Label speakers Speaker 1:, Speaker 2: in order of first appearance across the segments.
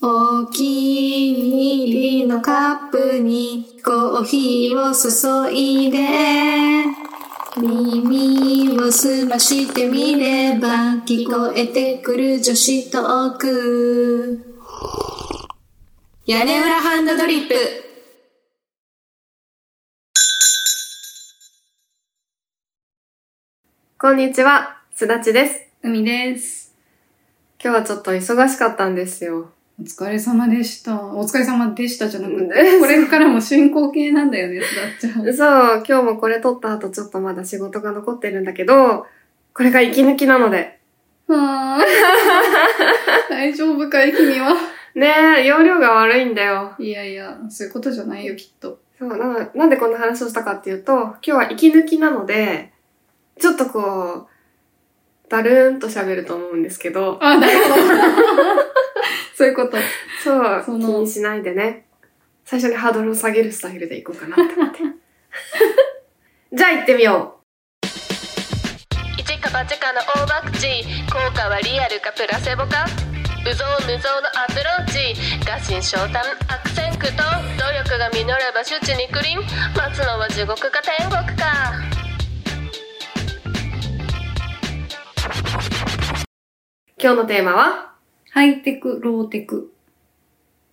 Speaker 1: 大きいビールのカップにコーヒーを注いで耳を澄ましてみれば聞こえてくる女子トーク屋根裏ハンドドリップ
Speaker 2: こんにちは、すだちです。
Speaker 3: 海です。
Speaker 2: 今日はちょっと忙しかったんですよ。
Speaker 3: お疲れ様でした。お疲れ様でしたじゃなく
Speaker 2: う
Speaker 3: て、これからも進行形なんだよね、すだっちゃん。
Speaker 2: そう、今日もこれ撮った後ちょっとまだ仕事が残ってるんだけど、これが息抜きなので。
Speaker 3: はーい大丈夫かい、君は。
Speaker 2: ねえ、容量が悪いんだよ。
Speaker 3: いやいや、そういうことじゃないよ、きっと。
Speaker 2: そうなの、なんでこんな話をしたかっていうと、今日は息抜きなので、ちょっとこう、だるーんと喋ると思うんですけど、
Speaker 3: あ、なるほど。そういうこと。
Speaker 2: そう、気
Speaker 3: その
Speaker 2: にしないでね。最初にハードルを下げるスタイルでいこうかなって思って。じゃあ行ってみよ
Speaker 4: 一か八かの大ワクチン効果はリアルかプラセボか有象無象のアプローチ合心昇胆悪戦苦闘努力が実れば周知にクリン待つのは地獄か天国か
Speaker 2: う。今日のテーマは、
Speaker 3: ハイテク、ローテク。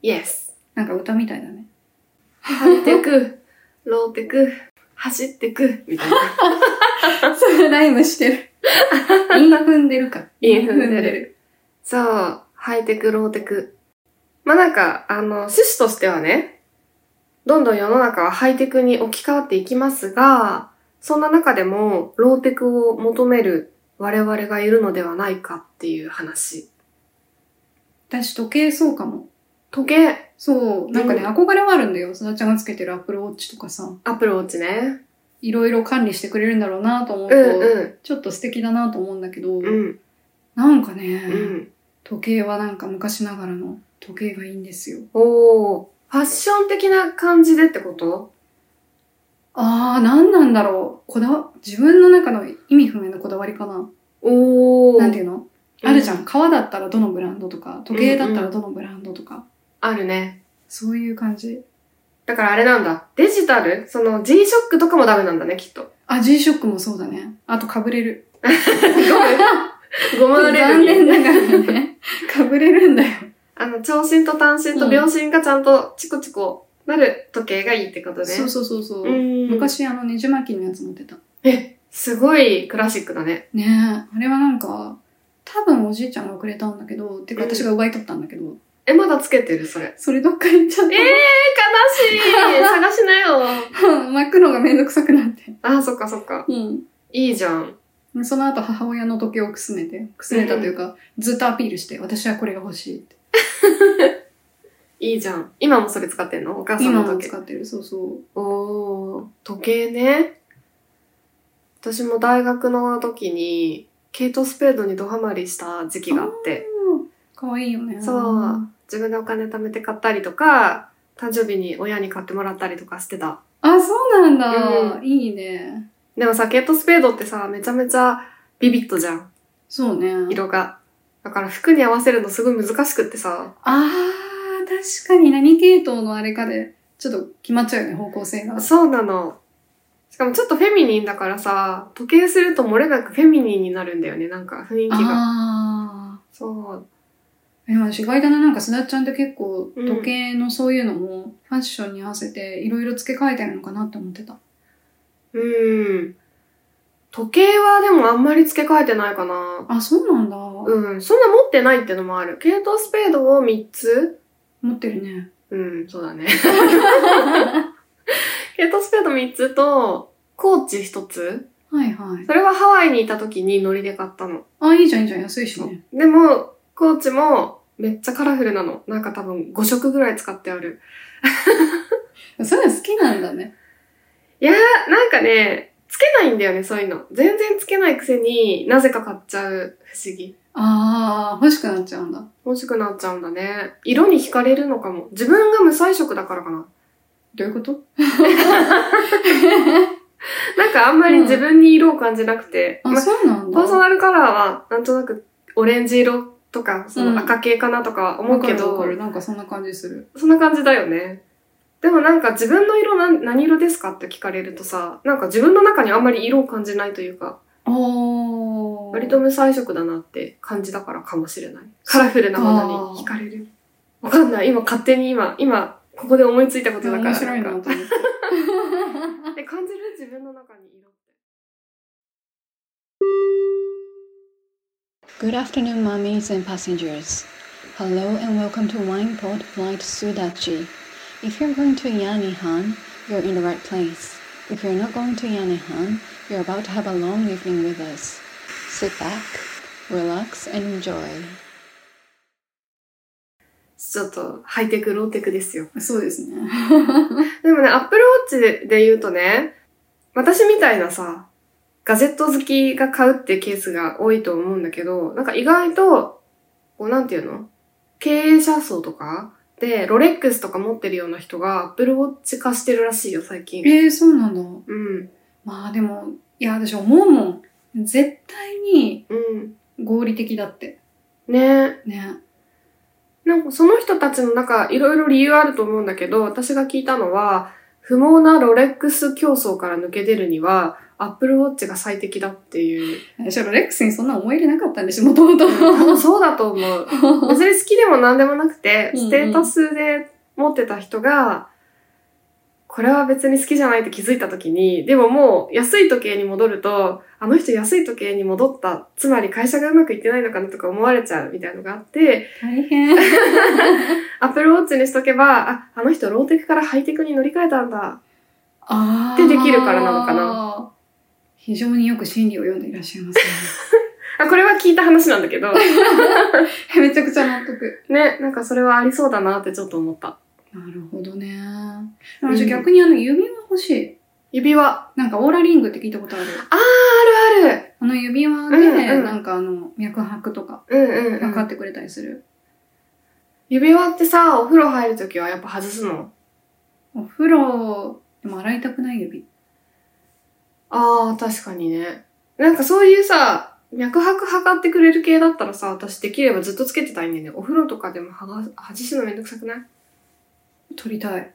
Speaker 2: イエス。
Speaker 3: なんか歌みたいだね。
Speaker 2: 跳ねてく、ローてく、走ってく、みたいな。
Speaker 3: そう、ライムして る。イン踏んでるか。
Speaker 2: イン踏んでる。そう、ハイテク、ローテク。まあなんか、あの、趣旨としてはね、どんどん世の中はハイテクに置き換わっていきますが、そんな中でも、ローテクを求める我々がいるのではないかっていう話。
Speaker 3: 私、時計そうかも。
Speaker 2: 時計、
Speaker 3: そう、なんかね、
Speaker 2: うん
Speaker 3: 憧れはあるんだよ。すだちゃんがつけてるアップルウォッチとかさ。
Speaker 2: アプローチね。
Speaker 3: いろいろ管理してくれるんだろうなと思う
Speaker 2: う
Speaker 3: と、
Speaker 2: んう
Speaker 3: ちょっと素敵だなと思うんだけど、
Speaker 2: ん。うん
Speaker 3: なんかね、
Speaker 2: うん。
Speaker 3: 時計はなんか昔ながらの時計がいいんですよ。
Speaker 2: おー、ファッション的な感じでってこと
Speaker 3: あー、なんなんだろう。こだわ、自分の中の意味不明のこだわりかな。
Speaker 2: おー。
Speaker 3: なんていうの、あるじゃん。革だったらどのブランドとか、時計だった
Speaker 2: うん
Speaker 3: ら
Speaker 2: うん
Speaker 3: どのブランドとか、
Speaker 2: あるね。
Speaker 3: そういう感じ。
Speaker 2: だからあれなんだ。デジタルその G-SHOCK とかもダメなんだね、きっと。
Speaker 3: あ、G-SHOCK もそうだね。あと、かぶれ る。
Speaker 2: ごまのレ
Speaker 3: 残
Speaker 2: ベル
Speaker 3: 念
Speaker 2: に。
Speaker 3: ながら ね、かぶれるんだよ。
Speaker 2: あの、長針と短針と秒針がちゃんとチコチコなる時計がいいってことね。
Speaker 3: そうそうそうそう。
Speaker 2: うん。
Speaker 3: 昔、あの、ねじ巻きのやつ持ってた。
Speaker 2: え、すごいクラシックだね。
Speaker 3: ねえ、あれはなんか、多分おじいちゃんがくれたんだけど、てか
Speaker 2: うん
Speaker 3: 私が奪い取ったんだけど、
Speaker 2: え、まだつけてるそれ。
Speaker 3: それどっか行っちゃっ
Speaker 2: えー、悲しい 探しなよ
Speaker 3: た。 巻くのがめんどくさくなって。
Speaker 2: あ、そっかそっか。
Speaker 3: う
Speaker 2: いいじゃん。
Speaker 3: ん。その後母親の時計をくすねて、くすねたというか、ずっとアピールして、私はこれが欲しいって。
Speaker 2: いいじゃん。今もそれ使ってんのお母さん
Speaker 3: 今
Speaker 2: の
Speaker 3: も
Speaker 2: 時計
Speaker 3: 使。ってる、そうそう。
Speaker 2: おー、時計ね。私も大学の時に、ケイト・スペードにドハマりした時期があって、
Speaker 3: かわいいよね。
Speaker 2: そう。自分でお金貯めて買ったりとか、誕生日に親に買ってもらったりとかしてた。
Speaker 3: あ、そうなんだ。
Speaker 2: う
Speaker 3: いいね。
Speaker 2: でもさ、ケイト・スペードってさ、めちゃめちゃビビットじゃん、
Speaker 3: そうね。
Speaker 2: 色が。だから服に合わせるのすごい難しくってさ、
Speaker 3: あー、確かに何系統のあれかで、ちょっと決まっちゃうよね、方向性が。
Speaker 2: そうなの。しかもちょっとフェミニンだからさ、時計すると漏れなくフェミニンになるんだよね、なんか雰囲気が。
Speaker 3: あー。
Speaker 2: そう。
Speaker 3: でも私意外だな、なんかすだちゃんって結構
Speaker 2: うん
Speaker 3: 時計のそういうのもファッションに合わせていろいろ付け替えてるのかなって思ってた。
Speaker 2: うん。時計はでもあんまり付け替えてないかな。
Speaker 3: あ、そうなんだ。
Speaker 2: うん。そんな持ってないってのもある。ケイトスペードを3つ
Speaker 3: 持ってるね。
Speaker 2: うん、そうだね。 ケイトスペード3つと、コーチ1つ
Speaker 3: はいはい。
Speaker 2: それはハワイにいた時にノリで買ったの。
Speaker 3: あ、いいじゃんいいじゃん、安いしね。
Speaker 2: でも、コーチもめっちゃカラフルなの。なんか多分5色ぐらい使ってある。
Speaker 3: そういうの好きなんだね。
Speaker 2: いやー、なんかね、つけないんだよね、そういうの。全然つけないくせになぜか買っちゃう不思議。
Speaker 3: あー、欲しくなっちゃうんだ。
Speaker 2: 欲しくなっちゃうんだね。色に惹かれるのかも。自分が無彩色だからかな。
Speaker 3: どういうこと
Speaker 2: なんかあんまり自分に色を感じなくて、
Speaker 3: あ、
Speaker 2: まあ
Speaker 3: そうなんだ。
Speaker 2: パーソナルカラーはなんとなくオレンジ色とか、そうの
Speaker 3: ん
Speaker 2: 赤系かなとか思うけ
Speaker 3: わ
Speaker 2: ど、
Speaker 3: かるわかるなんかそんな感じする。
Speaker 2: そんな感じだよね。でもなんか自分の色なん何色ですかって聞かれるとさ、なんか自分の中にあんまり色を感じないというか、
Speaker 3: おー。
Speaker 2: 割と無彩色だなって感じだからかもしれない。カラフルなものに惹かれる。わかんない。今勝手に今、今、ここで思いついたことだから。
Speaker 3: 面白いなと
Speaker 2: な
Speaker 3: 思
Speaker 2: ん
Speaker 3: っ
Speaker 2: か
Speaker 3: て。
Speaker 2: え、感じる自分の中に色って。
Speaker 5: Good afternoon, mummies and passengers. Hello and welcome to Wineport Flight Sudachi. If you're going to Yanihan, you're in the right place. If you're not going to Yanihan, you're about to have a long evening with us. Sit back, relax, and enjoy.
Speaker 2: ちょっとハイテクローテクですよ。
Speaker 3: そうですね。
Speaker 2: でもね、アップルウォッチでで言うとね、私みたいなさ、ガジェット好きが買うってケースが多いと思うんだけど、なんか意外と、こうなんていうの経営者層とかで、ロレックスとか持ってるような人がアップルウォッチ化してるらしいよ、最近。
Speaker 3: えー、そうなんだ。
Speaker 2: うん。
Speaker 3: まあでも、いや、私思うもん。絶対に
Speaker 2: うん。
Speaker 3: 合理的だって。
Speaker 2: ね
Speaker 3: ね。
Speaker 2: なんかその人たちの中、いろいろ理由あると思うんだけど、私が聞いたのは、不毛なロレックス競争から抜け出るには、アップルウォッチが最適だっていう。
Speaker 3: 私はロレックスにそんな思い入れなかったんでしょ、もともと。
Speaker 2: そうだと思う。別に好きでも何でもなくて、
Speaker 3: うんうん
Speaker 2: ステータスで持ってた人が、これは別に好きじゃないって気づいた時に、でももう安い時計に戻ると、あの人安い時計に戻った、つまり会社がうまくいってないのかなとか思われちゃうみたいなのがあって、
Speaker 3: 大変。
Speaker 2: アップルウォッチにしとけば、あ、あの人ローテクからハイテクに乗り換えたんだ。
Speaker 3: あ
Speaker 2: でできるからなのか
Speaker 3: な。非常によく心理を読んでいらっしゃいますね。
Speaker 2: あ、これは聞いた話なんだけど、
Speaker 3: めちゃくちゃ納得。
Speaker 2: ね、なんかそれはありそうだなってちょっと思った。
Speaker 3: なるほどね。でも私逆にあの指輪欲しい。
Speaker 2: 指輪。あ
Speaker 3: なんかオーラリングって聞いたことある。
Speaker 2: あるある
Speaker 3: あの指輪
Speaker 2: うんう
Speaker 3: で、
Speaker 2: ん
Speaker 3: なんかあの、脈拍とか
Speaker 2: うんうん、う
Speaker 3: 測っ
Speaker 2: ん。
Speaker 3: てくれたりする。
Speaker 2: 指輪ってさ、お風呂入るときはやっぱ外すの
Speaker 3: お風呂、でも洗いたくない指。
Speaker 2: ああ、確かにね。なんかそういうさ、脈拍測ってくれる系だったらさ、私できればずっとつけてたいんだよね。お風呂とかでもはが外すのめんどくさくない
Speaker 3: 取りたい。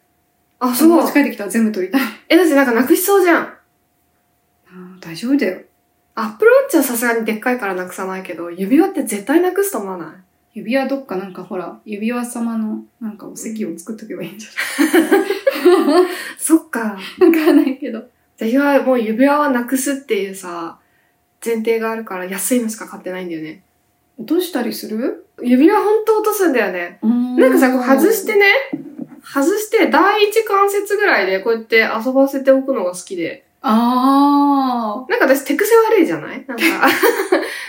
Speaker 2: あ、
Speaker 3: そう。
Speaker 2: そ
Speaker 3: 持
Speaker 2: う
Speaker 3: ち。帰ってきたら全部取りたい。
Speaker 2: え、だってなんかなくしそうじゃん。
Speaker 3: あー大丈夫だよ。
Speaker 2: アップルウォッチはさすがにでっかいからなくさないけど、指輪って絶対なくすと思わない
Speaker 3: 指輪どっかなんかほら、指輪様のなんかお席を作っとけばいいんじ
Speaker 2: そっ
Speaker 3: ゃ
Speaker 2: か。
Speaker 3: ないわかんないけど。
Speaker 2: 私はもう指輪はなくすっていうさ、前提があるから安いのしか買ってないんだよね。
Speaker 3: 落としたりする
Speaker 2: 指輪ほんと落とすんだよね。な
Speaker 3: なん
Speaker 2: かさ、こう外して。ね、外して第一関節ぐらいでこうやって遊ばせておくのが好きで。
Speaker 3: あ
Speaker 2: なんか私手癖悪いじゃないなんか、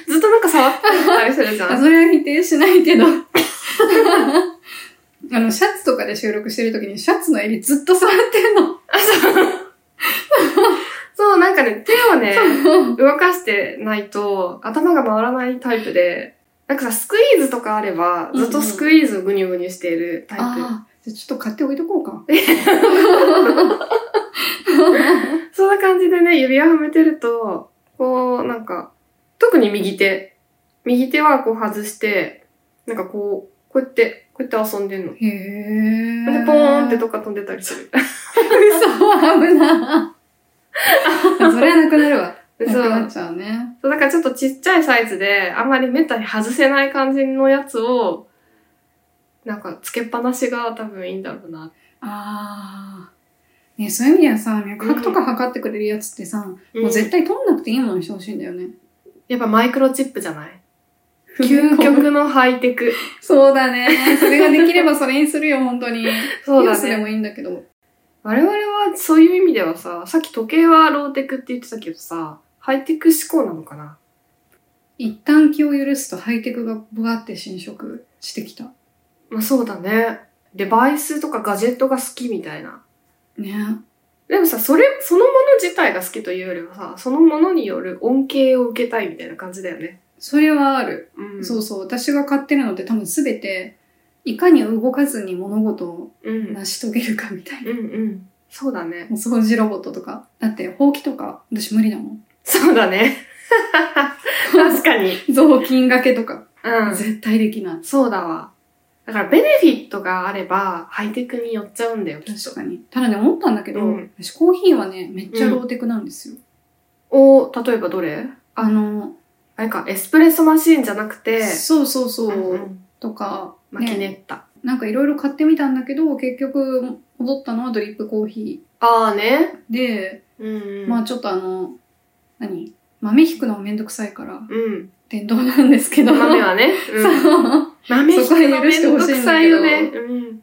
Speaker 2: ずっとなんか触ってたりするじ
Speaker 3: ー
Speaker 2: ゃ
Speaker 3: あ。
Speaker 2: ん。
Speaker 3: それは否定しない けど。あの、シャツとかで収録してるときにシャツの襟ずっと触ってんの。
Speaker 2: そう、なんかね、手をね、動かしてないと頭が回らないタイプで、なんかさ、スクイーズとかあれば、ずっとスクイーズをぐにゅぐにゅしているタイプ。
Speaker 3: あーじゃあちょっと買って置いとこうか。
Speaker 2: そんな感じでね、指輪はめてると、こう、なんか、特に右手。右手はこう外して、なんかこう、こうやって、こうやって遊んでんの。
Speaker 3: へえ。
Speaker 2: で、ポーンってどっか飛んでたりする。
Speaker 3: 嘘、危な。 それはなくなるわ。
Speaker 2: で
Speaker 3: な
Speaker 2: そ
Speaker 3: くなっ
Speaker 2: う。
Speaker 3: ちゃうね。
Speaker 2: そう、だからちょっとちっちゃいサイズで、あんまりめったに外せない感じのやつを、なんか、つけっぱなしが多分いいんだろうな。
Speaker 3: ああ。ねそういう意味ではさ、脈拍とか測ってくれるやつってさ、もう絶対取んなくていいものにしてほしいんだよね。
Speaker 2: やっぱマイクロチップじゃない 究 極のハイテク。
Speaker 3: そうだね。それができればそれにするよ、本当に。
Speaker 2: そうだ
Speaker 3: ピアスで
Speaker 2: ね。
Speaker 3: もいいんだけど。
Speaker 2: 我々はそういう意味ではさ、さっき時計はローテクって言ってたけどさ、ハイテク思考なのかな
Speaker 3: 一旦気を許すとハイテクがブワって侵食してきた。
Speaker 2: まあそうだね。デバイスとかガジェットが好きみたいな。
Speaker 3: ね。
Speaker 2: でもさ、それ、そのもの自体が好きというよりはさ、そのものによる恩恵を受けたいみたいな感じだよね。
Speaker 3: それはある。
Speaker 2: うん。
Speaker 3: そうそう。私が買ってるのって多分すべて、いかに動かずに物事を
Speaker 2: うん。うん
Speaker 3: 成し遂げるかみたいな。
Speaker 2: うん。そうだね。
Speaker 3: お掃除ロボットとか。だって、ほうきとか、私無理だもん。
Speaker 2: そうだね。確かに。
Speaker 3: 雑巾掛けとか。
Speaker 2: うん。
Speaker 3: 絶対できない。
Speaker 2: そうだわ。だから、ベネフィットがあれば、ハイテクに寄っちゃうんだよ、きっと
Speaker 3: 確かに。ただね、思ったんだけど、
Speaker 2: うん
Speaker 3: 私コーヒーはね、めっちゃローテクなんですよ。
Speaker 2: おー例えばどれ
Speaker 3: あの、
Speaker 2: あれか、エスプレッソマシーンじゃなくて、
Speaker 3: そうそうそう、
Speaker 2: うん
Speaker 3: とか、
Speaker 2: マキネッタ。
Speaker 3: なんかいろいろ買ってみたんだけど、結局、戻ったのはドリップコーヒ
Speaker 2: ああね。
Speaker 3: ーで、
Speaker 2: うん。
Speaker 3: まあちょっとあの、何豆引くのがめんどくさいから、
Speaker 2: うん。
Speaker 3: 電動なんですけど。
Speaker 2: 豆はね。うん。
Speaker 3: そう
Speaker 2: 豆引
Speaker 3: そこ
Speaker 2: く
Speaker 3: は
Speaker 2: の
Speaker 3: 許
Speaker 2: め
Speaker 3: し
Speaker 2: ん
Speaker 3: て
Speaker 2: ど
Speaker 3: ほし
Speaker 2: く
Speaker 3: いんだ
Speaker 2: さい
Speaker 3: けど
Speaker 2: よね。うん。
Speaker 3: で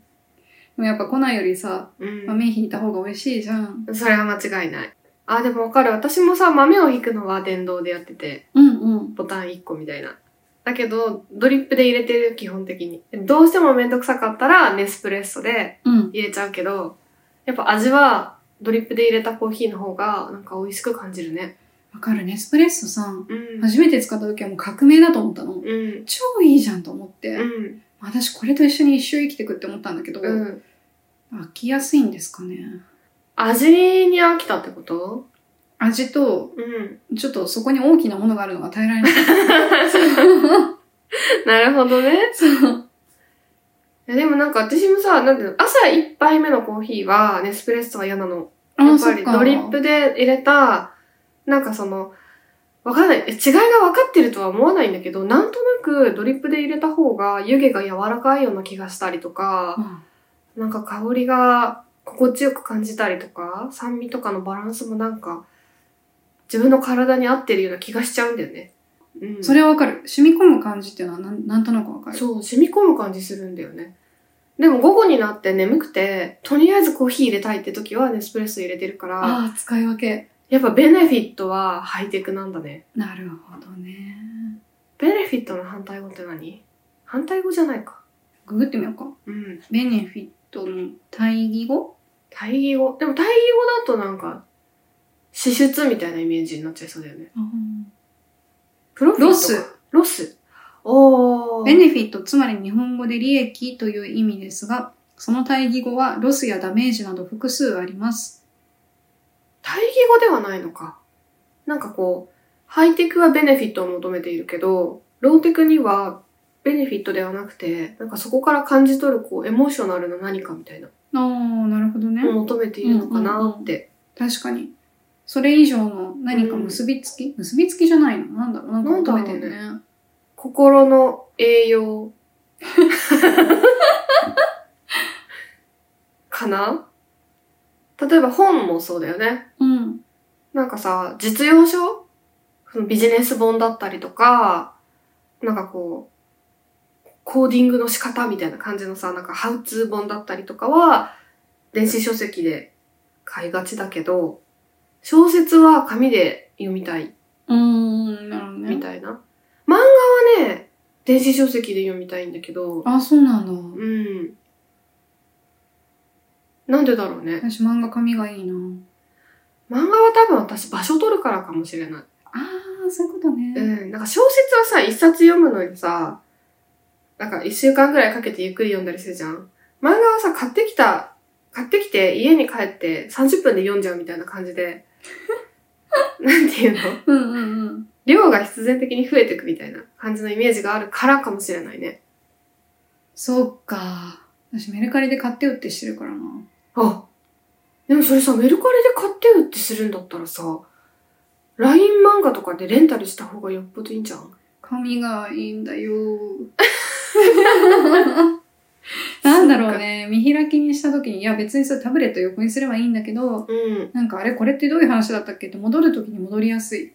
Speaker 3: もやっぱ粉よりさ、
Speaker 2: うん。
Speaker 3: 豆引いた方が美味しいじゃん。
Speaker 2: それは間違いない。あ、でもわかる。私もさ、豆を引くのは電動でやってて、
Speaker 3: うんうん。
Speaker 2: ボタン1個みたいな。だけど、ドリップで入れてるよ基本的に。どうしてもめんどくさかったら、ネスプレッソで
Speaker 3: うん。
Speaker 2: 入れちゃうけど、やっぱ味は、ドリップで入れたコーヒーの方が、なんか美味しく感じるね。
Speaker 3: わかるね。エスプレッソさ、
Speaker 2: うん。
Speaker 3: 初めて使った時はもう革命だと思ったの。
Speaker 2: うん。
Speaker 3: 超いいじゃんと思って。
Speaker 2: うん。
Speaker 3: 私これと一緒に一生生きてくって思ったんだけど、
Speaker 2: うん。
Speaker 3: 飽きやすいんですかね。
Speaker 2: 味に飽きたってこと
Speaker 3: 味と、
Speaker 2: うん。
Speaker 3: ちょっとそこに大きなものがあるのが耐え られない。
Speaker 2: なるほどね。いやでもなんか私もさ、なんていうの、朝一杯目のコーヒーはネスプレッソは嫌なの。
Speaker 3: あ
Speaker 2: や
Speaker 3: ー
Speaker 2: っぱりドリッ。
Speaker 3: そっか
Speaker 2: プで入れた、なんかその、わかんない、え違いが分かってるとは思わないんだけど、なんとなくドリップで入れた方が湯気が柔らかいような気がしたりとか、
Speaker 3: あ
Speaker 2: なんか香りが心地よく感じたりとか、酸味とかのバランスもなんか、自分の体に合ってるような気がしちゃうんだよね。うん。
Speaker 3: それはわかる。染み込む感じっていうのはなんなんとなくわかる。
Speaker 2: そう、染み込む感じするんだよね。でも午後になって眠くて、とりあえずコーヒー入れたいって時はネスプレッソ入れてるから、
Speaker 3: ああ、使い分け。
Speaker 2: やっぱベネフィットはハイテクなんだね。
Speaker 3: なるほどね。
Speaker 2: ベネフィットの反対語って何反対語じゃないか。
Speaker 3: ググってみようか。
Speaker 2: うん。
Speaker 3: ベネフィットの対義語
Speaker 2: 対義語。でも対義語だとなんか、支出みたいなイメージになっちゃいそうだよね。プロフィット
Speaker 3: ロ
Speaker 2: か
Speaker 3: ス。
Speaker 2: ロス。おー。
Speaker 3: ベネフィット、つまり日本語で利益という意味ですが、その対義語はロスやダメージなど複数あります。
Speaker 2: 対義語ではないのか。なんかこう、ハイテクはベネフィットを求めているけど、ローテクにはベネフィットではなくて、なんかそこから感じ取るこう、エモーショナルな何かみたいな、
Speaker 3: ああ、なるほどね。
Speaker 2: を求めているのかなって。
Speaker 3: 確かに。それ以上の何か結びつき、結びつきじゃないのなんだろうなんか求めてるね。
Speaker 2: 心の栄 養。かな例えば本もそうだよね。
Speaker 3: うん。
Speaker 2: なんかさ、実用書そのビジネス本だったりとか、なんかこう、コーディングの仕方みたいな感じのさ、なんかハウツー本だったりとかは、電子書籍で買いがちだけど、小説は紙で読みたい
Speaker 3: ー
Speaker 2: う
Speaker 3: ん、なるほど
Speaker 2: み
Speaker 3: ね。
Speaker 2: たいな。漫画はね、電子書籍で読みたいんだけど、
Speaker 3: あ、そうなんだ。
Speaker 2: うん。なんでだろうね。
Speaker 3: 私漫画紙がいいな。
Speaker 2: 漫画は多分私場所取るからかもしれない。
Speaker 3: ああ、そういうことね。
Speaker 2: うん、なんか小説はさ、一冊読むのにさ、なんか一週間ぐらいかけてゆっくり読んだりするじゃん。漫画はさ、買ってきた、買ってきて家に帰って30分で読んじゃうみたいな感じ で、なんていうの
Speaker 3: うんうんうん。
Speaker 2: 量が必然的に増えていくみたいな感じのイメージがあるからかもしれないね。
Speaker 3: そうか。私メルカリで買って売ってしてるからな。
Speaker 2: あ、でもそれさ、メルカリで買って売ってするんだったらさ、LINE 漫画とかでレンタルした方がよっぽどいいんじゃん
Speaker 3: 髪がいいんだ よ。なんだろうね。見開きにした時に、いや別にそれタブレット横にすればいいんだけど、
Speaker 2: うん。
Speaker 3: なんかあれこれってどういう話だったっけって戻る時に戻りやすい。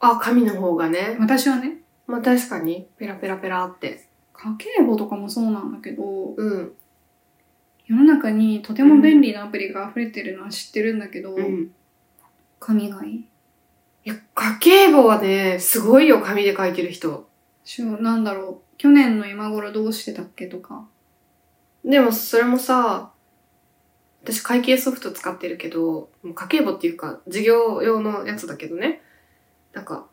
Speaker 2: あ、紙の方がね。
Speaker 3: 私はね、
Speaker 2: まあ確かに、ペラペラペラって。
Speaker 3: 家計簿とかもそうなんだけど、
Speaker 2: うん。
Speaker 3: 世の中にとても便利なアプリが溢れてるのは知ってるんだけど、
Speaker 2: うん。
Speaker 3: 紙がいい。
Speaker 2: いや、家計簿はね、すごいよ、紙で書いてる人。
Speaker 3: しゅなんだろう、去年の今頃どうしてたっけとか。
Speaker 2: でも、それもさ、私会計ソフト使ってるけど、もう家計簿っていうか、事業用のやつだけどね。なんか、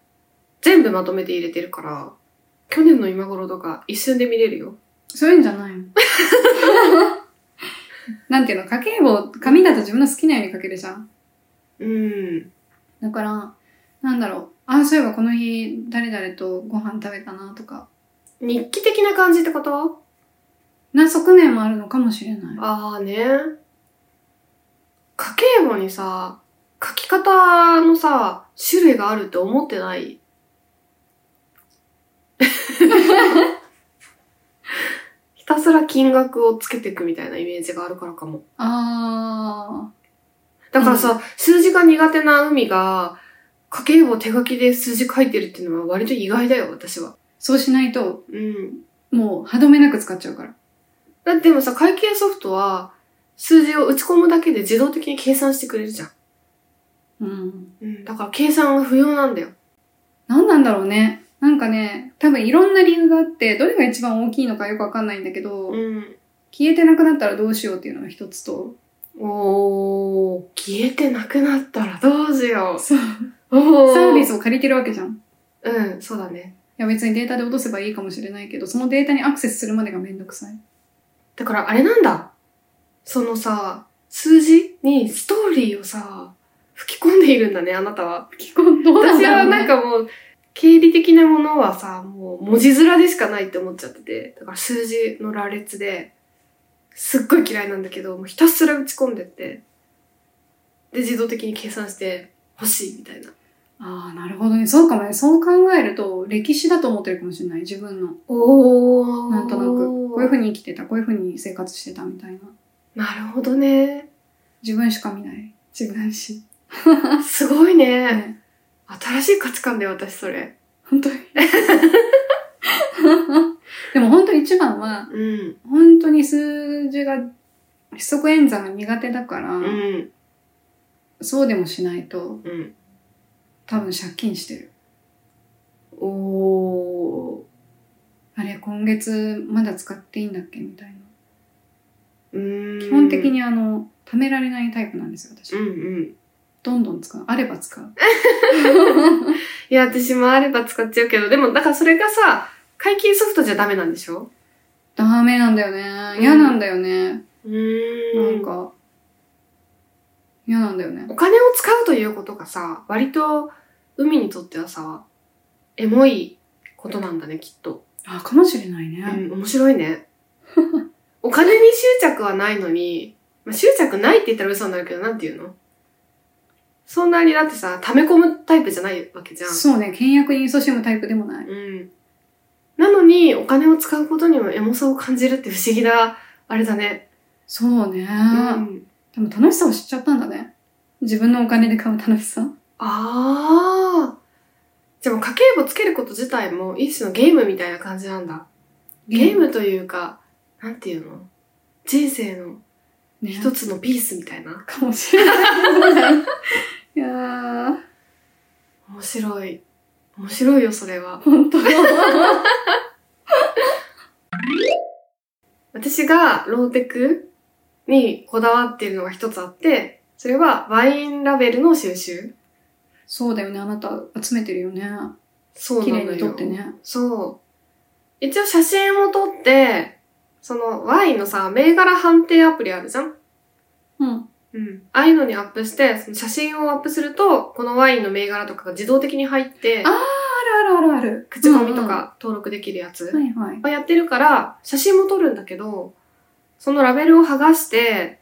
Speaker 2: 全部まとめて入れてるから、去年の今頃とか一瞬で見れるよ。
Speaker 3: そういうんじゃないの。 なんていうの、家計簿、紙だと自分の好きなように書けるじゃん。
Speaker 2: うん。
Speaker 3: だから、なんだろう。あ、そういえばこの日、誰々とご飯食べたなとか、
Speaker 2: 日記的な感じってこと
Speaker 3: な側面もあるのかもしれない。
Speaker 2: ああね。家計簿にさ、書き方のさ、種類があるって思って ないひたすら金額をつけていくみたいなイメージがあるからかも。
Speaker 3: あ
Speaker 2: だからさ、数字が苦手な海が、家計簿を手書きで数字書いてるっていうのは割と意外だよ、私は。
Speaker 3: ー、そうしないと、
Speaker 2: うん。
Speaker 3: もう歯止めなく使っちゃうから。
Speaker 2: だってでもさ、会計ソフトは、数字を打ち込むだけで自動的に計算してくれるじゃん。
Speaker 3: うん。
Speaker 2: うん、だから計算が不要なんだよ。
Speaker 3: 何なんだろうね。なんかね、多分いろんな理由があって、どれが一番大きいのかよくわかんないんだけど、
Speaker 2: うん。
Speaker 3: 消えてなくなったらどうしようっていうのが一つと、
Speaker 2: おー、消えてなくなったらどうしよ
Speaker 3: そう
Speaker 2: う。おー。
Speaker 3: サービスを借りてるわけじゃん。
Speaker 2: うん、そうだね。
Speaker 3: いや別にデータで落とせばいいかもしれないけど、そのデータにアクセスするまでがめんどくさい。
Speaker 2: だからあれなんだ。そのさ、数字にストーリーをさ、吹き込んでいるんだね、あなたは。
Speaker 3: 結構どうなん
Speaker 2: 私
Speaker 3: だろ
Speaker 2: は
Speaker 3: う、ね、
Speaker 2: なんかもう、経理的なものはさ、もう文字面でしかないって思っちゃってて、だから数字の羅列で、すっごい嫌いなんだけど、もうひたすら打ち込んでって、で、自動的に計算して欲しいみたいな。
Speaker 3: ああ、なるほどね。そうかもね。そう考えると、歴史だと思ってるかもしれない。自分の。
Speaker 2: おー。
Speaker 3: なんとなく。こういう風に生きてた。こういう風に生活してたみたいな。
Speaker 2: なるほ どね。
Speaker 3: 自分しか見ない。自分史。
Speaker 2: すごいね。
Speaker 3: ね
Speaker 2: 新しい価値観だよ、私、それ。
Speaker 3: 本当に。でも本当一番は、
Speaker 2: うん。
Speaker 3: 本当に数字が、四則演算が苦手だから、
Speaker 2: うん。
Speaker 3: そうでもしないと、
Speaker 2: うん。
Speaker 3: 多分借金してる。
Speaker 2: おー。
Speaker 3: あれ、今月まだ使っていいんだっけみたいな。
Speaker 2: うーん。
Speaker 3: 基本的。にあの、貯められないタイプなんですよ、私。
Speaker 2: うんうん。
Speaker 3: どんどん使う。あれば使う。
Speaker 2: いや、私もあれば使っちゃうけど、でも、だからそれがさ、解禁ソフトじゃダメなんでしょ
Speaker 3: ダメなんだよね。嫌なんだよね。
Speaker 2: う
Speaker 3: なん
Speaker 2: んか、
Speaker 3: か、嫌なんだよね
Speaker 2: お。金を使うということがさ、割と、海にとってはさ、エモいことなんだね、きっと。
Speaker 3: あ、かもしれないうね。
Speaker 2: ん、面白いね。 お金に執着はないのに、まあ、執着ないって言ったら嘘になるけど、なんていうのそんなにだってさ、溜め込むタイプじゃないわけじゃん。
Speaker 3: そうね、倹約に勤しむタイプでもない。
Speaker 2: うん。なのに、お金を使うことにもエモさを感じるって不思議な、あれだね。
Speaker 3: そうね。
Speaker 2: うん
Speaker 3: でも楽しさを知っちゃったんだね。自分のお金で買う楽しさ。
Speaker 2: ああ。でも家計簿つけること自体も一種のゲームみたいな感じなんだ。ゲームというか、なんていうの人生の
Speaker 3: ね、
Speaker 2: 一つのピースみたいな。
Speaker 3: かもしれない。 いやー、
Speaker 2: 面白い。面白いよ、それは。
Speaker 3: 本当
Speaker 2: 私がローテクにこだわっているのが一つあって、それはワインラベルの収集。
Speaker 3: そうだよね、あなた集めてるよね。
Speaker 2: そう
Speaker 3: 綺
Speaker 2: なの
Speaker 3: 麗
Speaker 2: よ。
Speaker 3: に撮ってね。
Speaker 2: そう。一応写真を撮って、そのワインのさ、銘柄判定アプリあるじゃん
Speaker 3: うん。
Speaker 2: うん。ああいうのにアップして、その写真をアップすると、このワインの銘柄とかが自動的に入って
Speaker 3: あ、あるあるあるある。
Speaker 2: 口コミとか登録できるやつ
Speaker 3: うんうん。はいはい。
Speaker 2: をやってるから、写真も撮るんだけど、そのラベルを剥がして、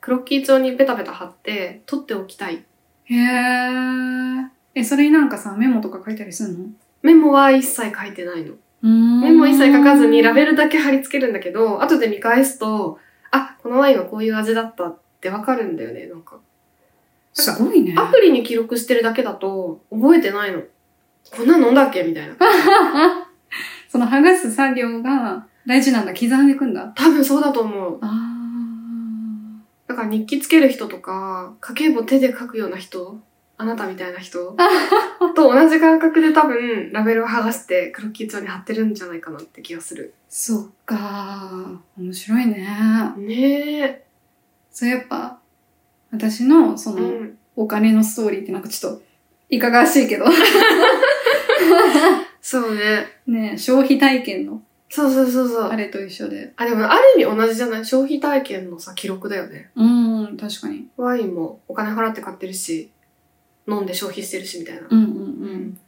Speaker 2: クロッキー帳にベタベタ貼って、撮っておきたい。
Speaker 3: へー。え、それになんかさ、メモとか書いたりするの
Speaker 2: メモは一切書いてないの。メ
Speaker 3: メ
Speaker 2: モ一切書かずにラベ
Speaker 3: ル。
Speaker 2: ルだけ貼り付けるんだけど、後で見返すと、あ、このワインはこういう味だったってわかるんだよね、なんか。
Speaker 3: すごい ね。
Speaker 2: アプリに記録してるだけだと、覚えてないの。こんなの飲んだっけみたいな。
Speaker 3: その剥がす作業が大事なんだ。刻んでいくんだ。
Speaker 2: 多分そうだと思う。
Speaker 3: あ
Speaker 2: だから日記つける人とか、家計簿手で書くような人、あなたみたいな 人と同じ感覚で多分ラベルを剥がしてクロッキー帳に貼ってるんじゃないかなって気がする
Speaker 3: ー。。そっかー。面白いね。
Speaker 2: ねえ。
Speaker 3: そうやっぱ、私のそうの、
Speaker 2: ん。
Speaker 3: お金のストーリーってなんかちょっと、いかがわしいけど。
Speaker 2: そうね。
Speaker 3: ね消費体験の
Speaker 2: そうそうそうそう。
Speaker 3: あ
Speaker 2: あ
Speaker 3: れと一緒で。
Speaker 2: でもある意味同じじゃない消費体験のさ、記録だよね。
Speaker 3: うん、確かに。
Speaker 2: ワインもお金払って買ってるし、飲んで消費してるしみたいな。
Speaker 3: うんうんうん。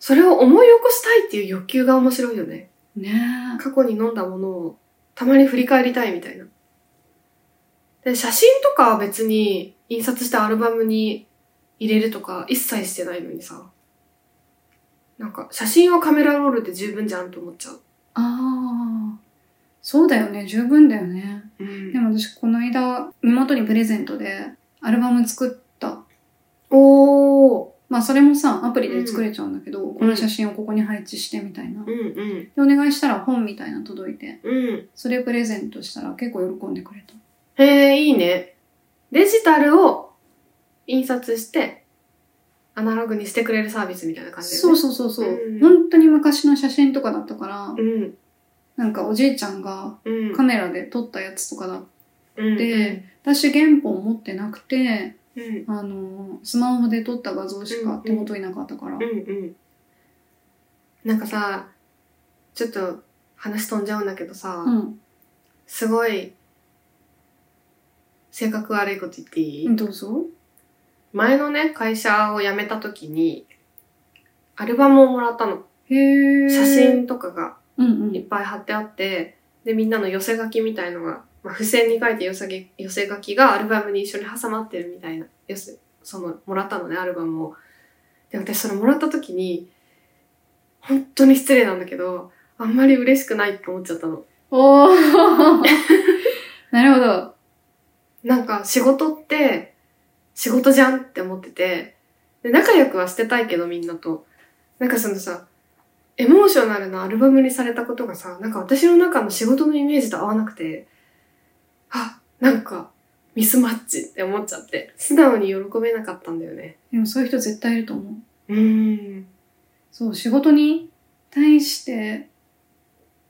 Speaker 2: それを思い起こしたいっていう欲求が面白いよね。
Speaker 3: ね
Speaker 2: 過去に飲んだものをたまに振り返りたいみたいな。で、写真とかは別に印刷したアルバムに入れるとか一切してないのにさ。なんか写真はカメラロールで十分じゃんと思っちゃう。
Speaker 3: ああ。そうだよね。十分だよね。
Speaker 2: うん
Speaker 3: でも私、この間、妹にプレゼントで、アルバム作った。
Speaker 2: おー。
Speaker 3: まあ、それもさ、アプリで作れちゃうんだけど、この写真をここに配置してみたいな。
Speaker 2: うんうん。
Speaker 3: でお願いしたら本みたいなの届いて、
Speaker 2: うん。
Speaker 3: それプレゼントしたら結構喜んでくれた。
Speaker 2: へえ、いいね。デジタルを印刷して、アナログにしてくれるサービスみたいな感じだ
Speaker 3: そ
Speaker 2: よ
Speaker 3: う
Speaker 2: ね。
Speaker 3: そうそうそう、
Speaker 2: うん
Speaker 3: 本当に昔の写真とかだったから、
Speaker 2: うん。
Speaker 3: なんかおじいちゃんが
Speaker 2: うん。
Speaker 3: カメラで撮ったやつとかだ
Speaker 2: うん
Speaker 3: で、私原本持ってなくて、
Speaker 2: うん。うん
Speaker 3: あの、スマホで撮った画像しか手元になかったから。
Speaker 2: うんうん。なんかさ、ちょっと話飛んじゃうんだけどさ、
Speaker 3: うん。
Speaker 2: すごい、性格悪いこと言っていい、
Speaker 3: どうぞ。
Speaker 2: 前のね、会社を辞めた時に、アルバムをもらったの。
Speaker 3: へー。
Speaker 2: 写。真とかが
Speaker 3: うんう
Speaker 2: いっ
Speaker 3: ん。
Speaker 2: ぱい貼ってあって、で、みんなの寄せ書きみたいのが、まあ、付箋に書いて寄せ書き寄せ書きがアルバムに一緒に挟まってるみたいな、寄せ、その、もらったのね、アルバムを。で、私それもらった時に、本当に失礼なんだけど、あんまり嬉しくないって思っちゃったの。
Speaker 3: おー。 なるほど。
Speaker 2: なんか、仕事って、仕事じゃんって思ってて、で、仲良くはしてたいけど、みんなと。なんかそのさ、エモーショナルなアルバムにされたことがさ、なんか私の中の仕事のイメージと合わなくて、あ、なんか、ミスマッチって思っちゃって、素直に喜べなかったんだよね。
Speaker 3: でもそういう人絶対いると思う。
Speaker 2: うーん。
Speaker 3: そう、仕事に対して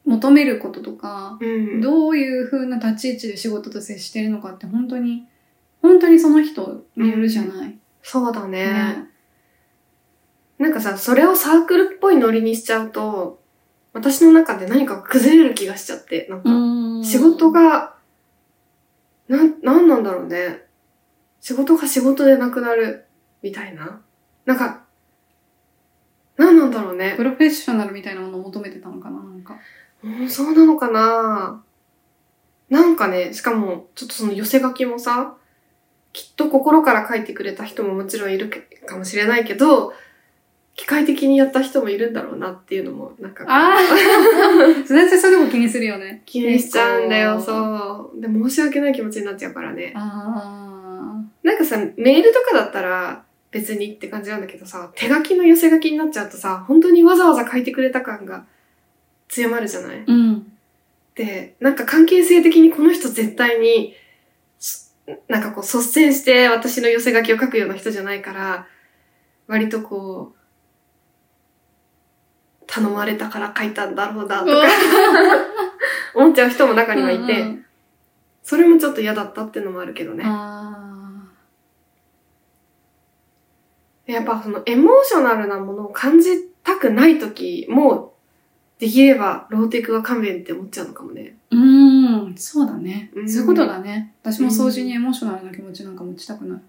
Speaker 3: 求めることとか、
Speaker 2: うん。
Speaker 3: どういう風な立ち位置で仕事と接してるのかって本当に、本当にその人によるじゃない。
Speaker 2: そうだね。
Speaker 3: ね
Speaker 2: なんかさ、それをサークルっぽいノリにしちゃうと、私の中で何か崩れる気がしちゃって、なんか、仕事が、なん、なんなんだろうね。仕事が仕事でなくなる、みたいな。なんか、なんなんだろうね
Speaker 3: プ。ロフェッショナルみたいなものを求めてたのかな、なんか。
Speaker 2: うんそうなのかななんかね、しかも、ちょっとその寄せ書きもさ、きっと心から書いてくれた人ももちろんいるけかもしれないけど、機械的にやった人もいるんだろうなっていうのも、なんか、
Speaker 3: ああ それそれも気にするよね。
Speaker 2: 気にしちゃうんだよ、
Speaker 3: 結
Speaker 2: そう。で、申し訳ない気持ちになっちゃうからね。
Speaker 3: あ
Speaker 2: なんかさ、メールとかだったら別にって感じなんだけどさ、手書きの寄せ書きになっちゃうとさ、本当にわざわざ書いてくれた感が強まるじゃない
Speaker 3: あ。うん。
Speaker 2: で、なんか関係性的にこの人絶対に、そなんかこう率先して私の寄せ書きを書くような人じゃないから、割とこう、頼まれたから書いたんだろうだとか、思っちゃう人も中にはいて、
Speaker 3: うん
Speaker 2: それもちょっと嫌だったっていうのもあるけどね。
Speaker 3: あ
Speaker 2: やっぱそのエモーショナルなものを感じたくない時も、できればローテクは勘弁って思っちゃうのかもね。
Speaker 3: あ。うん、そうだね。
Speaker 2: うん
Speaker 3: そういうことだね。私も掃除にエモーショナルな気持ちなんか持ちたくない。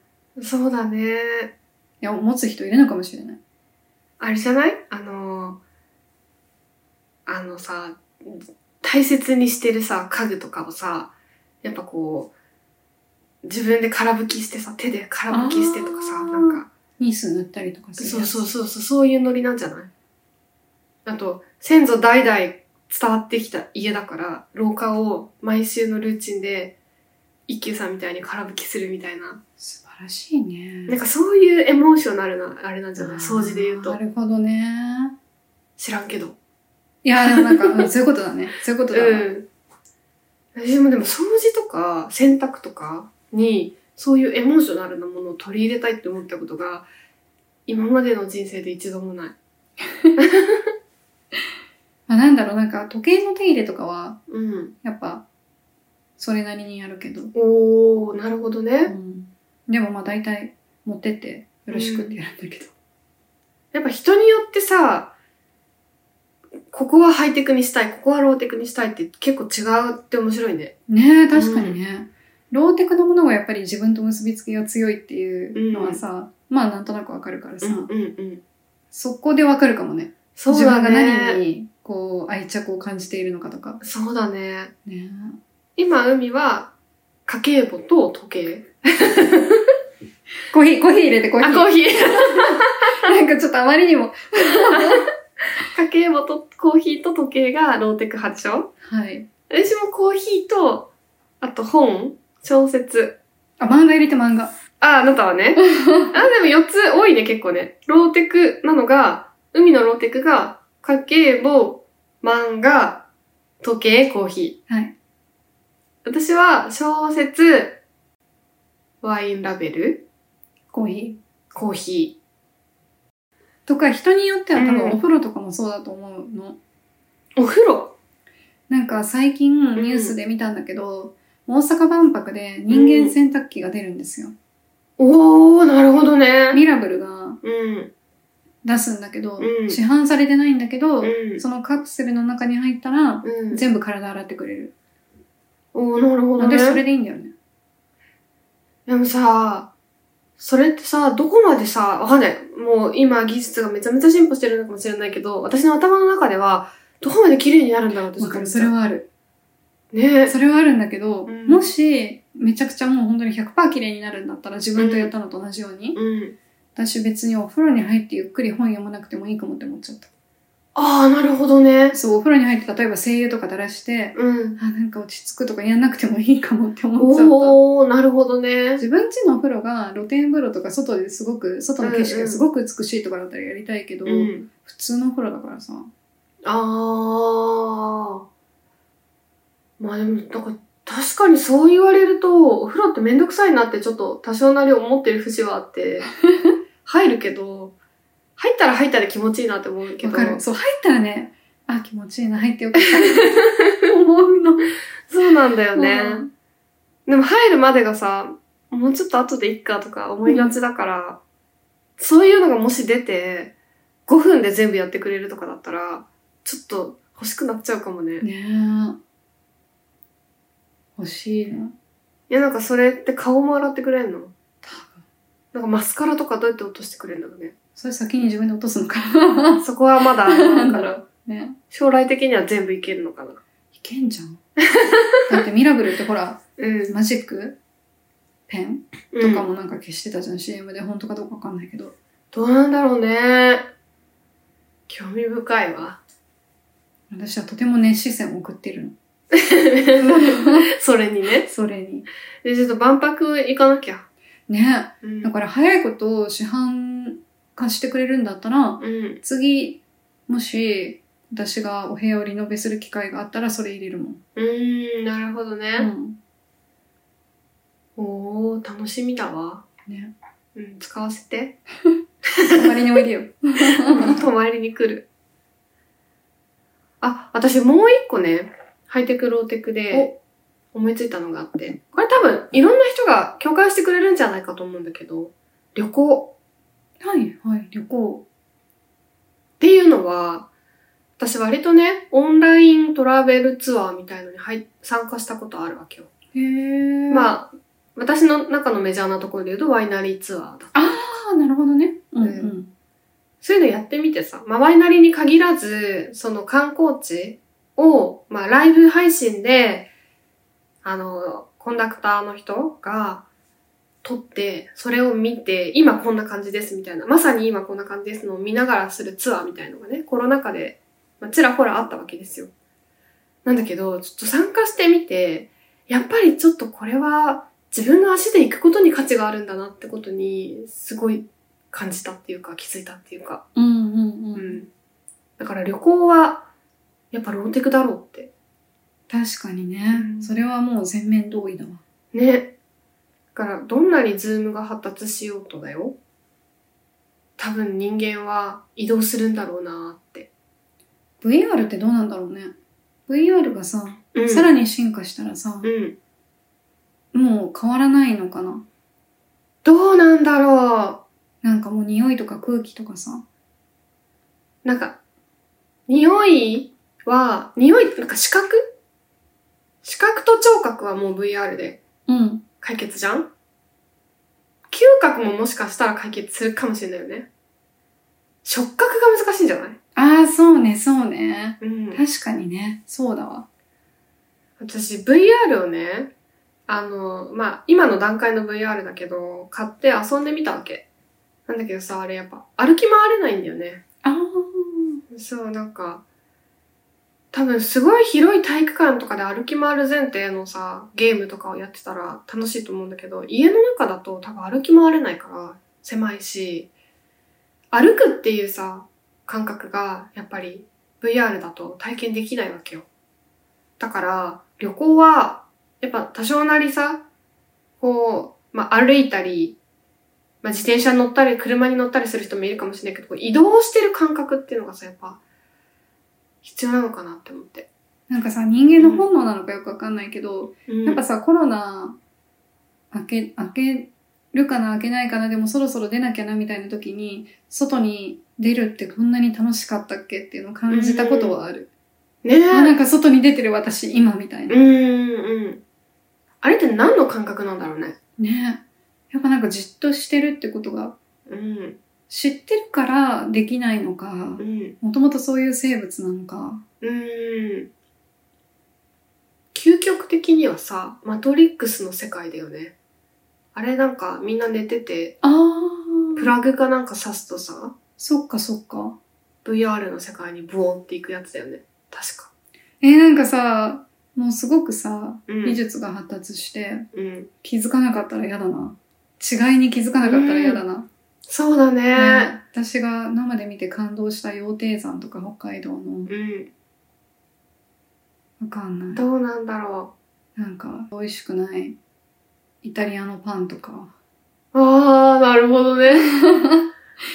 Speaker 3: い
Speaker 2: そうだね。
Speaker 3: や、持つ人いるのかもしれない。
Speaker 2: あれじゃないあの、あのさ、大切にしてるさ、家具とかをさ、やっぱこう、自分で空拭きしてさ、手で空拭きしてとか
Speaker 3: あ
Speaker 2: さ、
Speaker 3: ー
Speaker 2: なんか、
Speaker 3: ニース塗ったりとかする。
Speaker 2: そうそううそうそう、そういうノリなんじゃないあと、先祖代々伝わってきた家だから、廊下を毎週のルーチンで、一休さんみたいに空拭きするみたいな。
Speaker 3: 素晴らしいね。
Speaker 2: なんかそういうエモーショナルな、あれなんじゃない掃除で言う
Speaker 3: あー
Speaker 2: と
Speaker 3: な。るほどね。
Speaker 2: 知らんけど。
Speaker 3: いや、でもなんか、うんそういうことだ ね。そういうことだ
Speaker 2: う
Speaker 3: ね。
Speaker 2: ん。私もでも掃除とか、洗濯とかに、そういうエモーショナルなものを取り入れたいって思ったことが、今までの人生で一度もない。
Speaker 3: まあ、なんだろう、なんか、時計の手入れとかは、
Speaker 2: うん。
Speaker 3: やっぱ、それなりにやるけど。
Speaker 2: おー、なるほどね。
Speaker 3: うんでもまあ大体持ってってよろしくってやるんだけど。
Speaker 2: やっぱ人によってさ、ここはハイテクにしたい、ここはローテクにしたいって結構違うって面白いね。
Speaker 3: ねえ、確かにね。ローテクなものがやっぱり自分と結びつきが強いっていうのはさ、まあなんとなくわかるからさ、
Speaker 2: うんうん。
Speaker 3: そこでわかるかもね。
Speaker 2: そう
Speaker 3: 自分
Speaker 2: だ
Speaker 3: が何
Speaker 2: ね。
Speaker 3: に、こう、愛着を感じているのかとか。
Speaker 2: そうだね。
Speaker 3: ね
Speaker 2: 今、海は、家計簿と時計。
Speaker 3: コーヒー、コーヒー入れてコーヒ
Speaker 2: あ、
Speaker 3: ー。
Speaker 2: コーヒ ー。
Speaker 3: なんかちょっとあまりにも。
Speaker 2: 家計簿とコーヒーと時計がローテク派でしょ
Speaker 3: はい。
Speaker 2: 私もコーヒーと、あと本、小説。
Speaker 3: あ、漫画入れて漫画。
Speaker 2: あ、あなたは ね。あ、でも4つ多いね、結構ね。ローテクなのが、海のローテクが、家計簿、漫画、時計、コーヒ
Speaker 3: はい。
Speaker 2: ー。私は小説、ワインラベル、
Speaker 3: コーヒ
Speaker 2: コーヒ
Speaker 3: ー。とか、人によっては多
Speaker 2: うん
Speaker 3: 分お風呂とかもそうだと思うの。
Speaker 2: ー。お風呂。
Speaker 3: なんか最近ニュースで見たんだけど、大阪万博で人間洗濯機が出るんですよ。
Speaker 2: おー、なるほどね。
Speaker 3: ミラブルが
Speaker 2: うん。
Speaker 3: 出すんだけど、
Speaker 2: うん
Speaker 3: 市販されてないんだけど、
Speaker 2: うん
Speaker 3: そのカプセルの中に入ったら、
Speaker 2: うん。
Speaker 3: 全部体洗ってくれる。
Speaker 2: おー、なるほどね。
Speaker 3: 私それでいいんだよね。
Speaker 2: でもさ、それってさ、どこまでさ、わかんない。もう今技術がめちゃめちゃ進歩してるのかもしれないけど、私の頭の中では、どこまで綺麗になるんだろうって
Speaker 3: わかる。そ
Speaker 2: ずっと
Speaker 3: れ
Speaker 2: 思っ
Speaker 3: はある。
Speaker 2: ちゃう。ね
Speaker 3: それはあるんだけど、
Speaker 2: うん
Speaker 3: もし、めちゃくちゃもう本当に100%綺麗になるんだったら自分とやったのと同じように、
Speaker 2: うん。
Speaker 3: 私別にお風呂に入ってゆっくり本読まなくてもいいかもって思っちゃっ
Speaker 2: ああ、なるほどね
Speaker 3: た。。そう、お風呂に入って例えば精油とか垂らして、
Speaker 2: うん。
Speaker 3: あ、なんか落ち着くとかやんなくてもいいかもって思っちゃった。
Speaker 2: おー、なるほどね。
Speaker 3: 自分家のお風呂が露天風呂とか外ですごく、外の景色がすごく美しいとかだったらやりたいけど、
Speaker 2: うん。
Speaker 3: 普通のお風呂だからさ。
Speaker 2: ああ。まあでも、なんか、確かにそう言われると、お風呂ってめんどくさいなってちょっと多少なり思ってる節はあ って、入るけど、入ったら入ったら気持ちいいなって思うけ
Speaker 3: わ
Speaker 2: ど。
Speaker 3: かる。そう、入ったらね、あ、気持ちいいな、入ってよかった。思うの。
Speaker 2: そうなんだよね。
Speaker 3: うん
Speaker 2: でも入るまでがさ、もうちょっと後でいっかとか思いがちだから、そういうのがもし出て、5分で全部やってくれるとかだったら、ちょっと欲しくなっちゃうかもね。い
Speaker 3: ねえ。欲しいな。
Speaker 2: や、なんかそれって顔も洗ってくれんのなんかマスカラとかどうやって落としてくれるんだろ うね。
Speaker 3: それ先に自分で落とすのかな。
Speaker 2: そこはまだあれだから、
Speaker 3: ね。
Speaker 2: 将来的には全部いけるのかな。
Speaker 3: いけんじゃん。だってミラブルってほら、
Speaker 2: うん。
Speaker 3: マジックペン
Speaker 2: と
Speaker 3: とかもなんか消してたじゃん、CM で。本当かどうかわかんないけど。
Speaker 2: どうなんだろうね。興味深いわ。
Speaker 3: 私はとても熱視線を送っているの。
Speaker 2: それにね。
Speaker 3: それに。
Speaker 2: で、ちょっと万博行かなきゃ。
Speaker 3: ね。
Speaker 2: うん
Speaker 3: だから早いことを市販化してくれるんだったら、
Speaker 2: うん。
Speaker 3: 次、もし、私がお部屋をリノベする機会があったらそれ入れるもん。
Speaker 2: うーん、なるほど
Speaker 3: う
Speaker 2: ね。
Speaker 3: ん。
Speaker 2: おお楽しみだわ。
Speaker 3: ね。
Speaker 2: うん、使わせて。
Speaker 3: 周りにおいでよ。
Speaker 2: 泊まりに来る。あ、私もう一個ね、ハイテクローテクで思いついたのがあって。これ多分、いろんな人が共感してくれるんじゃないかと思うんだけど、旅行
Speaker 3: はい、はい、旅行。
Speaker 2: っていうのは、私割とね、オンライントラベルツアーみたいのに入参加したことあるわけよ。
Speaker 3: へえ。あ
Speaker 2: まあ、私の中のメジャーなところで言うとワイナリーツアーだった
Speaker 3: あ、なるほどね。うん、う。
Speaker 2: うんそういうのやってみてさ、まあ、ワイナリに限らず、その観光地を、まあ、ライブ配信で、あの、コンダクターの人が撮って、それを見て、今こんな感じですみたいな、まさに今こんな感じですのを見ながらするツアーみたいのがね、コロナ禍で、まあ、ちらほらあったわけですよ。なんだけど、ちょっと参加してみて、やっぱりちょっとこれは自分の足で行くことに価値があるんだなってことに、すごい感じたっていうか、気づいたっていうか。
Speaker 3: うん、うん、う。
Speaker 2: うんん。だから旅行は、やっぱローテクだろうって。
Speaker 3: 確かにね、
Speaker 2: うん
Speaker 3: それはもう全面同意だわ
Speaker 2: ね。だから、どんなにズームが発達しようとだよ。多分人間は移動するんだろうなって。
Speaker 3: VR ってどうなんだろうね VR がさ、
Speaker 2: うん
Speaker 3: さらに進化したらさ、
Speaker 2: うん。
Speaker 3: もう変わらないのかな
Speaker 2: どうなんだろ
Speaker 3: なんかもう匂いとか空気とかさ
Speaker 2: う。なんか、匂いは、匂い、なんか視覚視覚と聴覚はもう VR で
Speaker 3: うん
Speaker 2: 解決じゃん嗅覚ももしかしたら解決するかもしれないよね。触覚が難しいんじゃない
Speaker 3: ああ、そうね、そうね。
Speaker 2: うん
Speaker 3: 確かにね、そうだわ。
Speaker 2: 私 VR をね、あの、まあ、今の段階の VR だけど、買って遊んでみたわけ。なんだけどさ、あれやっぱ歩き回れないんだよね。
Speaker 3: ああ、
Speaker 2: そう、なんか、多分すごい広い体育館とかで歩き回る前提のさ、ゲームとかをやってたら楽しいと思うんだけど、家の中だと多分歩き回れないから、狭いし、歩くっていうさ、感覚が、やっぱり VR だと体験できないわけよ。だから、旅行は、やっぱ多少なりさ、こう、まあ、歩いたり、まあ、自転車に乗ったり、車に乗ったりする人もいるかもしれないけど、こう移動してる感覚っていうのがさ、やっぱ、必要なのかなって思って。
Speaker 3: なんかさ、人間の本能なのかよくわかんないけど、や
Speaker 2: や
Speaker 3: っぱ、さ、コロナ、開け、開けるかな、開けないかな、でもそろそろ出なきゃな、みたいな時に、外に出るってこんなに楽しかったっけっていうのを感じたことはある。
Speaker 2: ね
Speaker 3: あなん
Speaker 2: え。
Speaker 3: か外に出てる私、今、みたいな。
Speaker 2: うん、うん。あれって何の感覚なんだろうね。
Speaker 3: ねやっぱなんかじっとしてるってことが、
Speaker 2: うん、
Speaker 3: 知ってるからできないのか、
Speaker 2: うん。
Speaker 3: もともとそういう生物なのか。
Speaker 2: うーん。究極的にはさ、マトリックスの世界だよね。あれなんかみんな寝てて、
Speaker 3: あ
Speaker 2: プ
Speaker 3: あ、
Speaker 2: ラグかなんか挿すとさ、
Speaker 3: そっかそっか。
Speaker 2: VR の世界にブオンっていくやつだよね。確か。
Speaker 3: えーなんかさ、もうすごくさ、
Speaker 2: うん
Speaker 3: 技術が発達して、
Speaker 2: うん。
Speaker 3: 気づかなかったら嫌だな。違いに気づかなかったら嫌だな。
Speaker 2: そうだね。
Speaker 3: ね私が生で見て感動した羊蹄山とか北海道の、
Speaker 2: うん。
Speaker 3: わかんない。
Speaker 2: どうなんだろ
Speaker 3: なんか、美味しくない。イタリアのパンとか。
Speaker 2: う。ああ、なるほどね。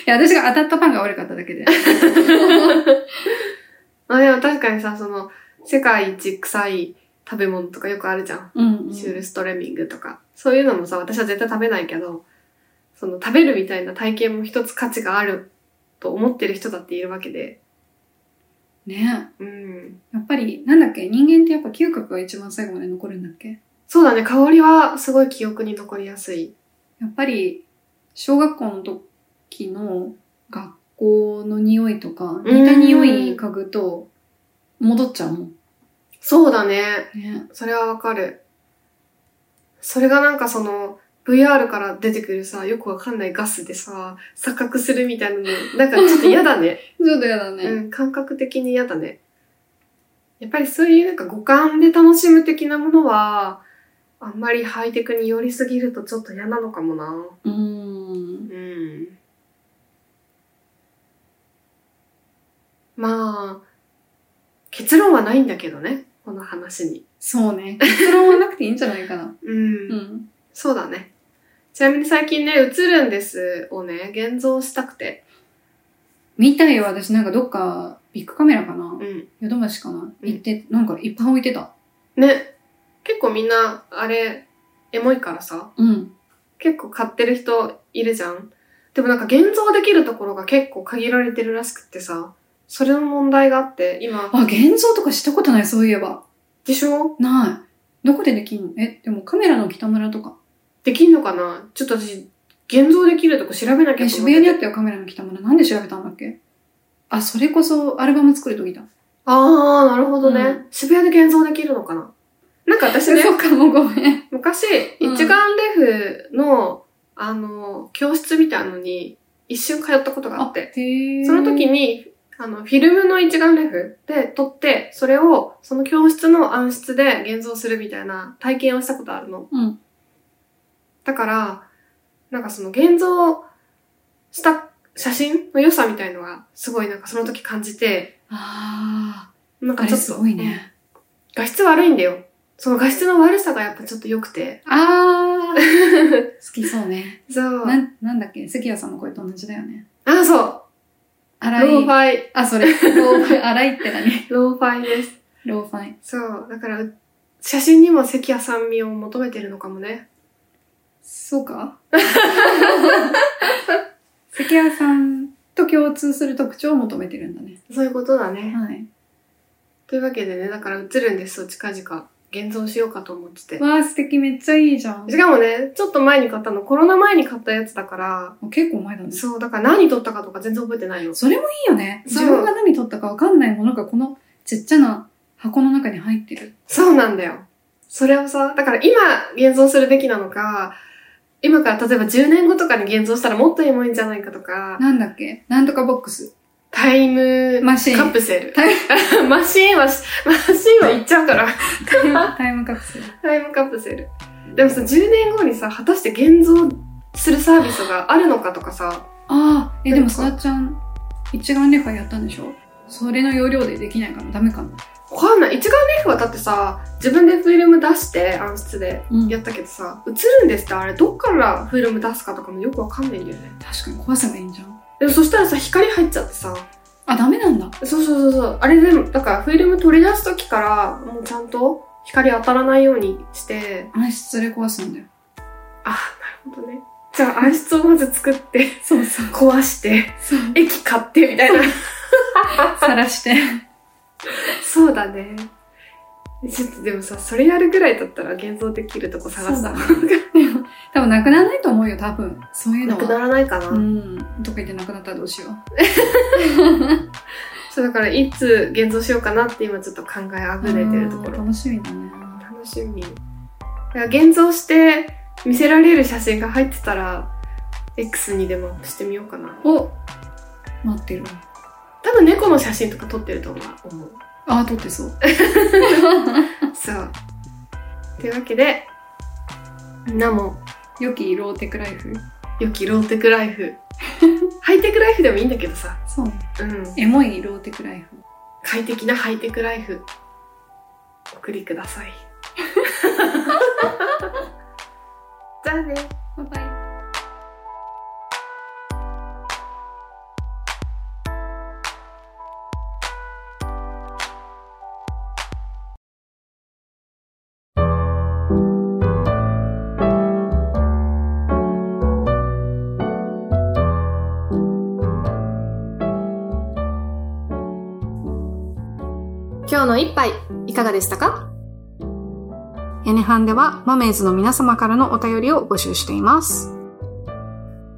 Speaker 3: いや、私が当たったパンが悪かっただけで。
Speaker 2: あ、でも確かにさ、その、世界一臭い食べ物とかよくあるじゃん。
Speaker 3: うん、うん。
Speaker 2: シュールストレミングとか、そういうのもさ、私は絶対食べないけど、その食べるみたいな体験も一つ価値があると思ってる人だっているわけで、
Speaker 3: ね
Speaker 2: うん。
Speaker 3: やっぱり、なんだっけ、人間ってやっぱ嗅覚が一番最後まで残るんだっけ
Speaker 2: そうだね、香りはすごい記憶に残りやすい。
Speaker 3: やっぱり、小学校の時の学校の匂いとか、似た匂い嗅ぐと、戻っちゃうもん。
Speaker 2: そうだね、
Speaker 3: ね。
Speaker 2: それはわかる。それがなんかその、VR から出てくるさ、よくわかんないガスでさ、錯覚するみたいなの、なんかちょっと嫌だね。
Speaker 3: ちょっとやだね。
Speaker 2: うん、感覚的に嫌だね。やっぱりそういうなんか五感で楽しむ的なものは、あんまりハイテクに寄りすぎるとちょっと嫌なのかもな。
Speaker 3: うーん。
Speaker 2: うん。まあ、結論はないんだけどね、この話に。
Speaker 3: そうね。結論はなくていいんじゃないかな。
Speaker 2: うん。
Speaker 3: うん。
Speaker 2: そうだね。ちなみに最近ね、映るんですをね、現像したくて。
Speaker 3: 見たよ、私なんかどっか、ビッグカメラかな
Speaker 2: うん。
Speaker 3: ヨドバシかな
Speaker 2: うん
Speaker 3: 行って、なんかいっぱい置いてた。
Speaker 2: ね。結構みんな、あれ、エモいからさ。
Speaker 3: うん。
Speaker 2: 結構買ってる人いるじゃん。でもなんか現像できるところが結構限られてるらしくってさ、それの問題があって、今、
Speaker 3: あ、現像とかしたことない、そういえば。
Speaker 2: でしょ
Speaker 3: ない。どこでできんのえ、でもカメラの北村とか。
Speaker 2: できんのかなちょっと私、現像できるとこ調べなきゃ
Speaker 3: え、
Speaker 2: と思
Speaker 3: 渋
Speaker 2: って
Speaker 3: 谷にあったよ、カメラの北村。なんで調べたんだっけあ、それこそアルバム作るときだ。
Speaker 2: あー、なるほどね、
Speaker 3: うん
Speaker 2: 渋谷で現像できるのかななんか私ね、
Speaker 3: そうかも、ごめん。
Speaker 2: 昔、
Speaker 3: うん
Speaker 2: 一眼レフの、あの、教室みたいのに、一瞬通ったことがあって。
Speaker 3: で
Speaker 2: その時
Speaker 3: に。
Speaker 2: に、あの、フィルムの一眼レフで撮って、それを、その教室の暗室で現像するみたいな体験をしたことあるの。
Speaker 3: うん
Speaker 2: だから、なんかその現像した写真の良さみたいのが、すごいなんかその時感じて、
Speaker 3: あ
Speaker 2: なん
Speaker 3: あ、
Speaker 2: か
Speaker 3: あ
Speaker 2: ち
Speaker 3: れ
Speaker 2: ょっと。
Speaker 3: すごい
Speaker 2: うん
Speaker 3: ね。
Speaker 2: 画質悪いんだよ。その画質の悪さがやっぱちょっと良く て。
Speaker 3: ああ、好きそうね。
Speaker 2: そう。
Speaker 3: な
Speaker 2: あ
Speaker 3: ん、なんだっけ関谷さんの声と同じだよね。
Speaker 2: あ、そう。
Speaker 3: 荒
Speaker 2: ロー
Speaker 3: い
Speaker 2: フ。ァイ。
Speaker 3: あ、それ。ローファイ。荒いって何
Speaker 2: ローファイです。
Speaker 3: ローファイ。
Speaker 2: そう。だから、写真にも関谷さん味を求めてるのかもね。
Speaker 3: そう か関谷さんと共通する特徴を求めてるんだね。
Speaker 2: そういうことだね。
Speaker 3: はい。
Speaker 2: というわけでね、だから映るんですよ、近々。現像しようかと思ってて。
Speaker 3: わあ、素敵、めっちゃいいじゃ ん。
Speaker 2: しかもね、ちょっと前に買ったの、コロナ前に買ったやつだから、
Speaker 3: もう結構前だね。
Speaker 2: そう、だから何撮ったかとか全然覚えてないよ。
Speaker 3: それもいいよね。
Speaker 2: そう
Speaker 3: 自分が何取ったかわかんないものがこのちっちゃな箱の中に入ってる。
Speaker 2: そうなんだよ。それをさ、だから今現像するべきなのか、今から例えば10年後とかに現像したらもっとエモいんじゃないかとか、
Speaker 3: なんだっけなんとかボックス。
Speaker 2: タイム
Speaker 3: マシン
Speaker 2: カプセル。
Speaker 3: タイ
Speaker 2: マシンはし、マシンは言っちゃうから。
Speaker 3: タイムタイムカプ セル。
Speaker 2: タイムカプセル。でもさ、10年後にさ、果たして現像するサービスがあるのかとかさ、
Speaker 3: ああ、え、
Speaker 2: な
Speaker 3: で
Speaker 2: ん
Speaker 3: も
Speaker 2: か
Speaker 3: さだちゃん、一眼レファやったんでしょそれの容量でできないかなダメかな
Speaker 2: わかんない。一眼レフはだってさ、自分でフィルム出して、暗室で
Speaker 3: うん
Speaker 2: やったけどさ、映るんですってあれ、どっからフィルム出すかとかもよくわかんないんだよね。
Speaker 3: 確かに壊せばいいんじゃん。
Speaker 2: でもそしたらさ、光入っちゃってさ、
Speaker 3: あ、ダメなんだ。
Speaker 2: そうそうそうそう。あれでも、だからフィルム取り出すときから、もうちゃんと光当たらないようにして、
Speaker 3: 暗室で壊すんだよ。
Speaker 2: あ、なるほどね。じゃあ暗室をまず作って、
Speaker 3: そうそう。
Speaker 2: 壊して、
Speaker 3: そう。
Speaker 2: 液買ってみたいな。
Speaker 3: さらして。
Speaker 2: そうだね。ちょっとでもさ、それやるぐらいだったら現像できるとこ探すな。
Speaker 3: 多分なくならないと思うよ、多分。そういうの
Speaker 2: な
Speaker 3: は。
Speaker 2: くならないかな。
Speaker 3: うん。とか言ってなくなったらどうしよう。
Speaker 2: そうだから、いつ現像しようかなって今ちょっと考えあぐねてるとこ
Speaker 3: うん
Speaker 2: ろ。
Speaker 3: 楽しみだね。
Speaker 2: 楽しみ。だから現像して見せられる写真が入ってたら、X にでもアップしてみようかな。
Speaker 3: お待ってる。
Speaker 2: 多分猫の写真とか撮ってると思う。
Speaker 3: ああ、撮ってそう。
Speaker 2: そう。というわけで、みんなも
Speaker 3: 良きローテクライフ。
Speaker 2: 良きローテクライフ。ハイテクライフでもいいんだけどさ。
Speaker 3: そうね。
Speaker 2: うん。
Speaker 3: エモいローテクライフ。
Speaker 2: 快適なハイテクライフお送りくだ さいじゃあね
Speaker 3: バイバイ。
Speaker 1: 今日の一杯、いかがでしたか
Speaker 3: 屋根班ではマメーズの皆様からのお便りを募集しています。
Speaker 1: フ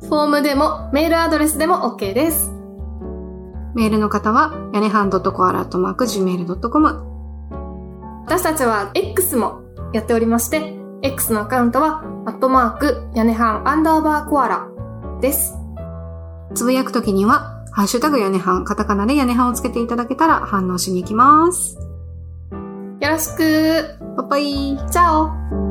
Speaker 1: ォームでも、メールアドレスでも OK です。
Speaker 3: メールの方は、屋根班 .coala.gmail.com
Speaker 1: 私たちは X もやっておりまして、X のアカウントは、アットマーク、屋根半アンダーバーコアラです。
Speaker 3: つぶやくときには、ハッシュタグ屋根班、カタカナで屋根班をつけていただけたら反応しに行きます。
Speaker 1: よろしく
Speaker 3: バイバイ。
Speaker 1: チャオ